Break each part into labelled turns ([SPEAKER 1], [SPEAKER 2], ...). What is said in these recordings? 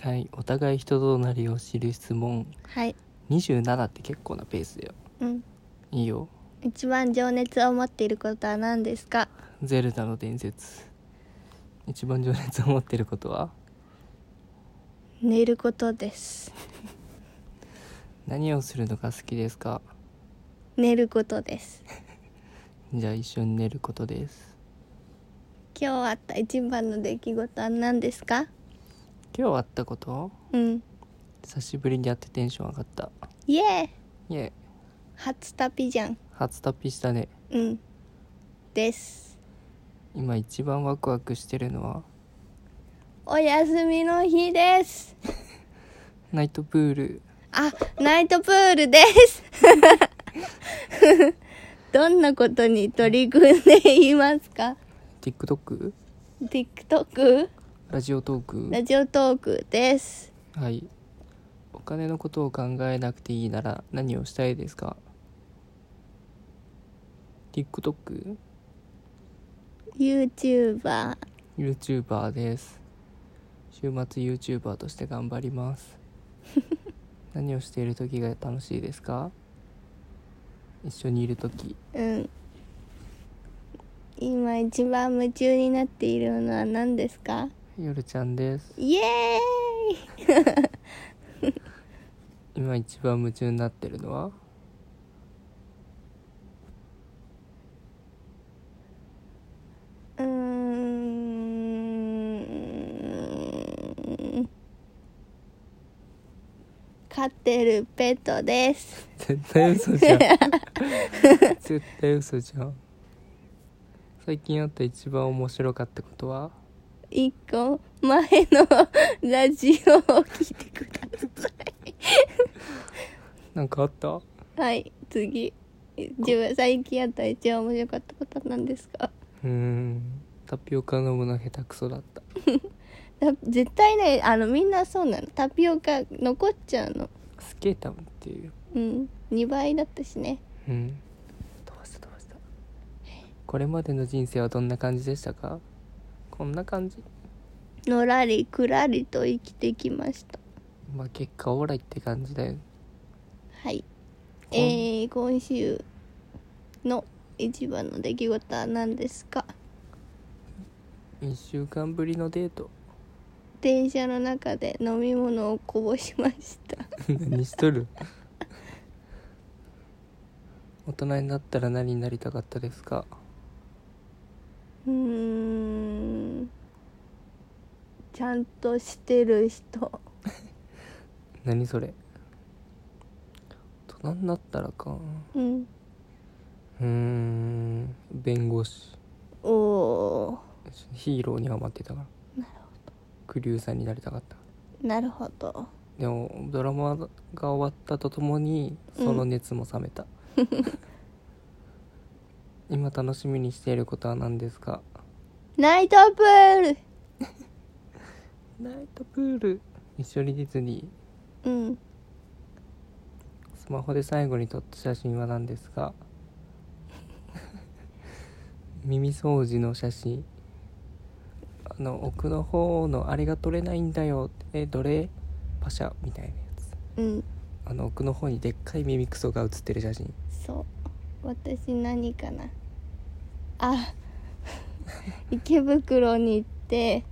[SPEAKER 1] はいお互い人となりを知る質問
[SPEAKER 2] はい
[SPEAKER 1] 27って結構なペースだよ
[SPEAKER 2] うん
[SPEAKER 1] いいよ
[SPEAKER 2] 一番情熱を持っていることは何ですか
[SPEAKER 1] ゼルダの伝説一番情熱を持ってることは
[SPEAKER 2] 寝ることです
[SPEAKER 1] 何をするのが好きですか
[SPEAKER 2] 寝ることです
[SPEAKER 1] じゃあ一緒に寝ることです
[SPEAKER 2] 今日あった一番の出来事は何ですか
[SPEAKER 1] 今日会ったこと
[SPEAKER 2] うん
[SPEAKER 1] 久しぶりに会ってテンション上がった
[SPEAKER 2] イエー
[SPEAKER 1] いえ
[SPEAKER 2] 初旅じゃん
[SPEAKER 1] 初タピしたね
[SPEAKER 2] うんです
[SPEAKER 1] 今一番ワクワクしてるのは
[SPEAKER 2] お休みの日です
[SPEAKER 1] ナイトプール
[SPEAKER 2] あナイトプールです どんなことに取り組んでいますか
[SPEAKER 1] TikTok
[SPEAKER 2] TikTok
[SPEAKER 1] ラジオトーク
[SPEAKER 2] ラジオトークです
[SPEAKER 1] はいお金のことを考えなくていいなら何をしたいですか TikTok
[SPEAKER 2] YouTuber
[SPEAKER 1] YouTuber です週末 YouTuber として頑張ります何をしている時が楽しいですか一緒にいる時
[SPEAKER 2] うん今一番夢中になっているのは何ですか
[SPEAKER 1] 夜ちゃんです
[SPEAKER 2] イエーイ
[SPEAKER 1] 今一番夢中になってるのは
[SPEAKER 2] うーん飼ってるペットです
[SPEAKER 1] 絶対嘘じゃ ん絶対嘘じゃん最近あった一番面白かったことは
[SPEAKER 2] 一個前のラジオを聞いてくだ
[SPEAKER 1] なんかあった
[SPEAKER 2] さいはい次自分最近やった一番面白かったことは何ですか
[SPEAKER 1] うーんタピオカ飲むの下手くそだった
[SPEAKER 2] だ絶対ねあのみんなそうなのタピオカ残っちゃうの
[SPEAKER 1] スケータムっていう
[SPEAKER 2] うん2倍だったしね
[SPEAKER 1] うん飛ばした飛ばしたこれまでの人生はどんな感じでしたかこんな感じ
[SPEAKER 2] のらりくらりと生きてきました
[SPEAKER 1] まあ結果オーライって感じだよ
[SPEAKER 2] はい。
[SPEAKER 1] ん
[SPEAKER 2] えー、今週の一番の出来事は何ですか
[SPEAKER 1] 1週間ぶりのデート
[SPEAKER 2] 電車の中で飲み物をこぼしました。
[SPEAKER 1] 何しとる 大人になったら何になりたかったですか
[SPEAKER 2] うーん。ちゃんとしてる人。
[SPEAKER 1] 何それ大人になったらか
[SPEAKER 2] うん。
[SPEAKER 1] うーん弁護士
[SPEAKER 2] おお
[SPEAKER 1] ヒーローには待ってたから
[SPEAKER 2] なる
[SPEAKER 1] クリューさんになりたかった
[SPEAKER 2] ー。なるほど。
[SPEAKER 1] でもドラマが終わったとともにその熱も冷め た、今楽しみにしていることは何ですか
[SPEAKER 2] ナイトプール
[SPEAKER 1] ナイトプール一緒にディズニー
[SPEAKER 2] うん。
[SPEAKER 1] スマホで最後に撮った写真は何です か耳掃除の写真あの奥の方のあれが撮れないんだよえどれパシャみたいなやつ
[SPEAKER 2] うん。
[SPEAKER 1] あの奥の方にでっかい耳クソが写ってる写真
[SPEAKER 2] そう。私何かな。あ、 池袋に行って、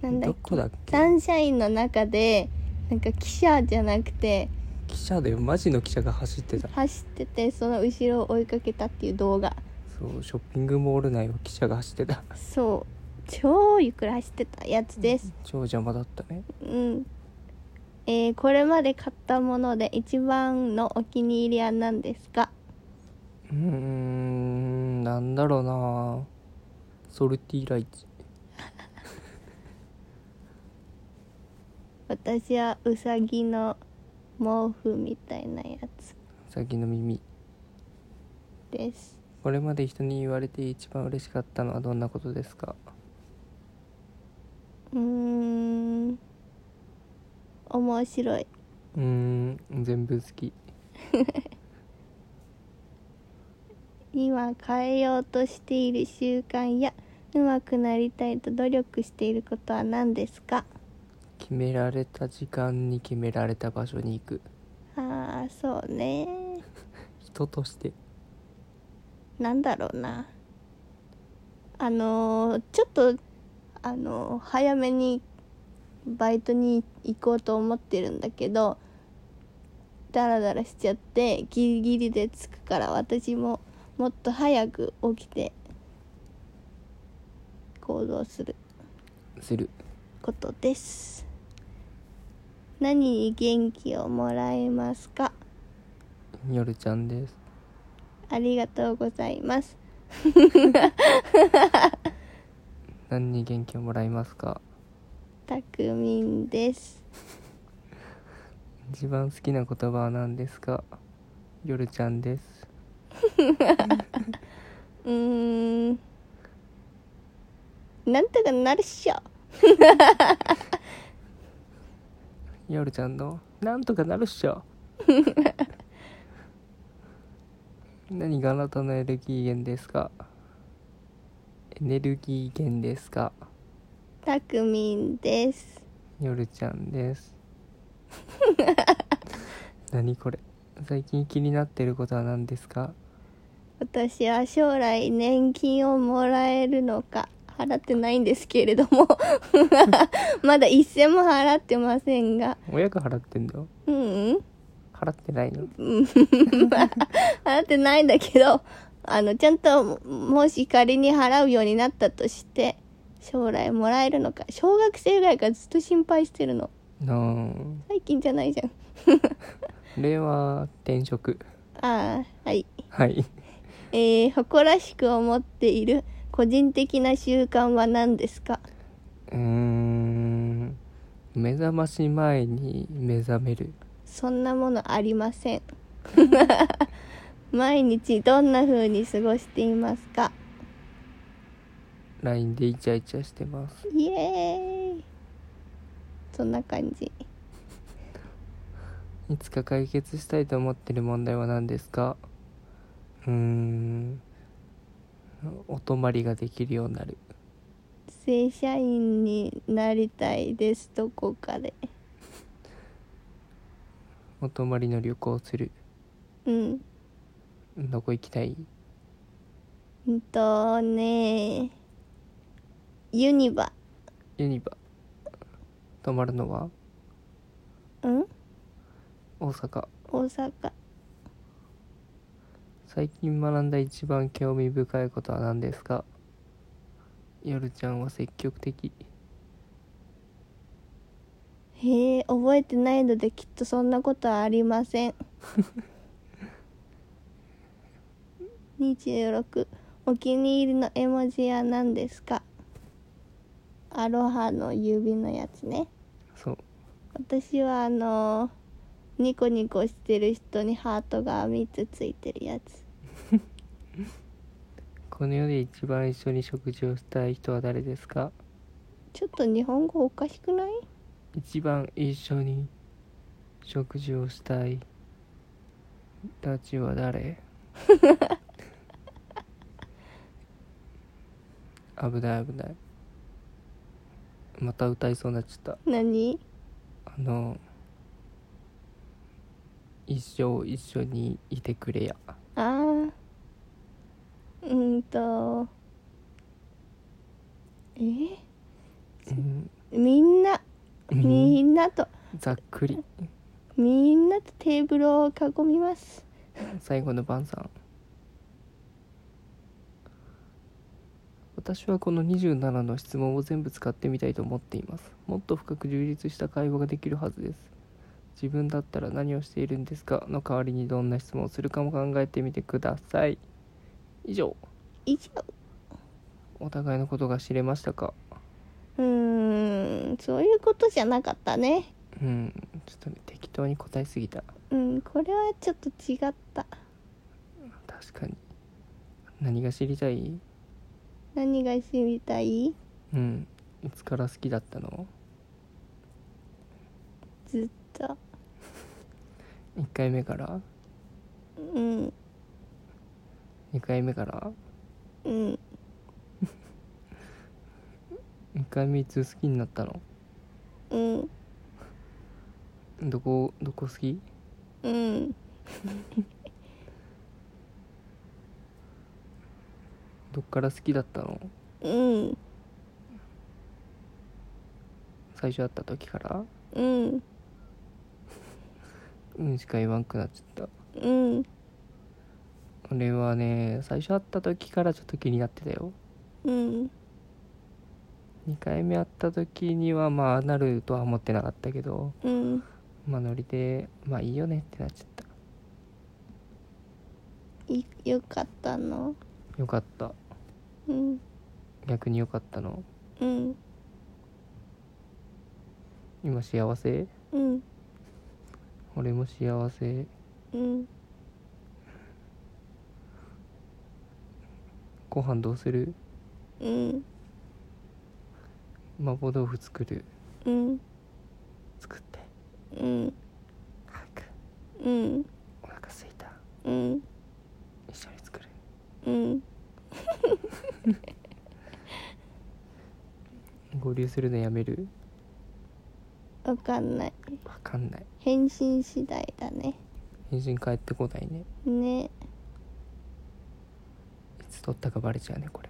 [SPEAKER 2] なんだっ
[SPEAKER 1] ど
[SPEAKER 2] け
[SPEAKER 1] こだっけ
[SPEAKER 2] サンシャインの中でなんか汽車じゃなくて
[SPEAKER 1] 汽車でマジの汽車が走ってた
[SPEAKER 2] 走っててその後ろを追いかけたっていう動画
[SPEAKER 1] そうショッピングモール内を汽車が走ってた
[SPEAKER 2] そう超ゆっくり走ってたやつです
[SPEAKER 1] 超邪魔だったね
[SPEAKER 2] うんえー、これまで買ったもので一番のお気に入りは何ですか
[SPEAKER 1] うーんなんだろうなソルティライチ
[SPEAKER 2] 私はうさぎの毛布みたいなやつ
[SPEAKER 1] さっきの耳
[SPEAKER 2] です
[SPEAKER 1] これまで人に言われて一番嬉しかったのはどんなことですか
[SPEAKER 2] うーん面白いう
[SPEAKER 1] ーん全部好き
[SPEAKER 2] 今変えようとしている習慣やうまくなりたいと努力していることは何ですか
[SPEAKER 1] 決められた時間に決められた場所に行く
[SPEAKER 2] ああそうね
[SPEAKER 1] 人として
[SPEAKER 2] なんだろうなあのーちょっとあのー早めにバイトに行こうと思ってるんだけどダラダラしちゃってギリギリで着くから私ももっと早く起きて行動する
[SPEAKER 1] する
[SPEAKER 2] ことです何に元気をもらえますか
[SPEAKER 1] 夜ちゃんです
[SPEAKER 2] ありがとうございます
[SPEAKER 1] 何に元気をもらいますか
[SPEAKER 2] たくみんです
[SPEAKER 1] 一番好きな言葉は何ですか夜ちゃんです
[SPEAKER 2] うーんなんとかなるっしょ
[SPEAKER 1] 夜ちゃんのなんとかなるっしょ何があなたのエネルギー源ですかエネルギー源ですか
[SPEAKER 2] たくみんです
[SPEAKER 1] 夜ちゃんです何これ最近気になってることは何ですか
[SPEAKER 2] 私は将来年金をもらえるのか払ってないんですけれども まだ一銭も払ってませんが
[SPEAKER 1] 親が払ってんの
[SPEAKER 2] うんうん
[SPEAKER 1] 払ってないの
[SPEAKER 2] 払ってないんだけどあのちゃんとももし仮に払うようになったとして将来もらえるのか小学生ぐらいからずっと心配してるの
[SPEAKER 1] うん
[SPEAKER 2] 最近じゃないじゃん
[SPEAKER 1] 令和転職
[SPEAKER 2] ああはい
[SPEAKER 1] はい
[SPEAKER 2] えー、誇らしく思っている個人的な習慣は何ですか
[SPEAKER 1] うーん目覚まし前に目覚める
[SPEAKER 2] そんなものありません 毎日どんな風に過ごしていますか
[SPEAKER 1] LINE でイチャイチャしてます
[SPEAKER 2] イエーイそんな感じ
[SPEAKER 1] いつか解決したいと思ってる問題は何ですかうーんお泊まりができるようになる
[SPEAKER 2] 正社員になりたいですどこかで
[SPEAKER 1] お泊まりの旅行をする
[SPEAKER 2] うん
[SPEAKER 1] どこ行きたい
[SPEAKER 2] うんとねユニバ
[SPEAKER 1] ユニバ泊まるのは
[SPEAKER 2] うん
[SPEAKER 1] 大阪
[SPEAKER 2] 大阪
[SPEAKER 1] 最近学んだ一番興味深いことは何ですか夜ちゃんは積極的
[SPEAKER 2] へえ覚えてないのできっとそんなことはありません26お気に入りの絵文字は何ですかアロハの指のやつね
[SPEAKER 1] そう
[SPEAKER 2] 私はあのーニコニコしてる人にハートが3つついてるやつ
[SPEAKER 1] この世で一番一緒に食事をしたい人は誰ですか
[SPEAKER 2] ちょっと日本語おかしくない
[SPEAKER 1] 一番一緒に食事をしたいたちは 誰危ない危ないまた歌いそうになっちゃった
[SPEAKER 2] 何
[SPEAKER 1] あの一生一緒にいてくれや
[SPEAKER 2] あーうーんとえ
[SPEAKER 1] うん
[SPEAKER 2] みんなみんなと
[SPEAKER 1] ざっくり
[SPEAKER 2] みんなとテーブルを囲みます
[SPEAKER 1] 最後の晩さん私はこの27の質問を全部使ってみたいと思っていますもっと深く充実した会話ができるはずです自分だったら何をしているんですかの代わりにどんな質問をするかも考えてみてください以上
[SPEAKER 2] 以上
[SPEAKER 1] お互いのことが知れましたか
[SPEAKER 2] うーんそういうことじゃなかったね
[SPEAKER 1] うんちょっとね適当に答えすぎた
[SPEAKER 2] うんこれはちょっと違った
[SPEAKER 1] 確かに何が知りたい
[SPEAKER 2] 何が知りたい
[SPEAKER 1] うんいつから好きだったの
[SPEAKER 2] ずっと
[SPEAKER 1] 1回目から
[SPEAKER 2] うん
[SPEAKER 1] 2回目から
[SPEAKER 2] うん
[SPEAKER 1] 1回目いつ好きになったの
[SPEAKER 2] うん
[SPEAKER 1] どこどこ好き
[SPEAKER 2] うん
[SPEAKER 1] どっから好きだったの
[SPEAKER 2] うん
[SPEAKER 1] 最初会った時から
[SPEAKER 2] うん
[SPEAKER 1] うんしか言わんくなっちゃった
[SPEAKER 2] うん
[SPEAKER 1] 俺はね最初会った時からちょっと気になってたよ
[SPEAKER 2] うん
[SPEAKER 1] 2回目会った時にはまあああなるとは思ってなかったけど
[SPEAKER 2] うん
[SPEAKER 1] まあノリでまあいいよねってなっちゃった
[SPEAKER 2] いよかったの
[SPEAKER 1] よかった
[SPEAKER 2] うん
[SPEAKER 1] 逆によかったの
[SPEAKER 2] うん
[SPEAKER 1] 今幸せ
[SPEAKER 2] うん
[SPEAKER 1] 俺も幸せ
[SPEAKER 2] うん
[SPEAKER 1] ご飯どうする
[SPEAKER 2] うん
[SPEAKER 1] 麻婆豆腐作る
[SPEAKER 2] うん
[SPEAKER 1] 作って
[SPEAKER 2] うん
[SPEAKER 1] 早く
[SPEAKER 2] うん
[SPEAKER 1] お腹すいた
[SPEAKER 2] うん
[SPEAKER 1] 一緒に作る
[SPEAKER 2] うん
[SPEAKER 1] 合流するのやめる
[SPEAKER 2] わかんない
[SPEAKER 1] わかんない
[SPEAKER 2] 返信次第だね
[SPEAKER 1] 返信返ってこないね
[SPEAKER 2] ね
[SPEAKER 1] いつ撮ったかバレちゃうねこれ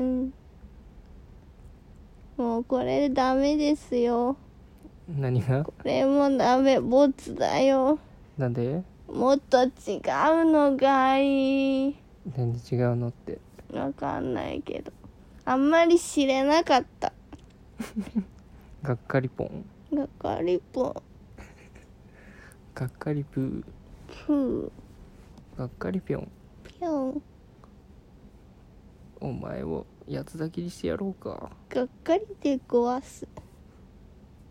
[SPEAKER 2] うんもうこれダメですよ
[SPEAKER 1] 何が
[SPEAKER 2] これもダメボツだよ
[SPEAKER 1] なんで
[SPEAKER 2] もっと違うのがいい
[SPEAKER 1] 何違うのって
[SPEAKER 2] わかんないけどあんまり知れなかった
[SPEAKER 1] がっかりポン
[SPEAKER 2] がかりぽん
[SPEAKER 1] がっかりブー
[SPEAKER 2] ぷ
[SPEAKER 1] がっかりぴょん
[SPEAKER 2] ーぴょん
[SPEAKER 1] お前を八つ咲きにしてやろうか
[SPEAKER 2] がっかりで壊す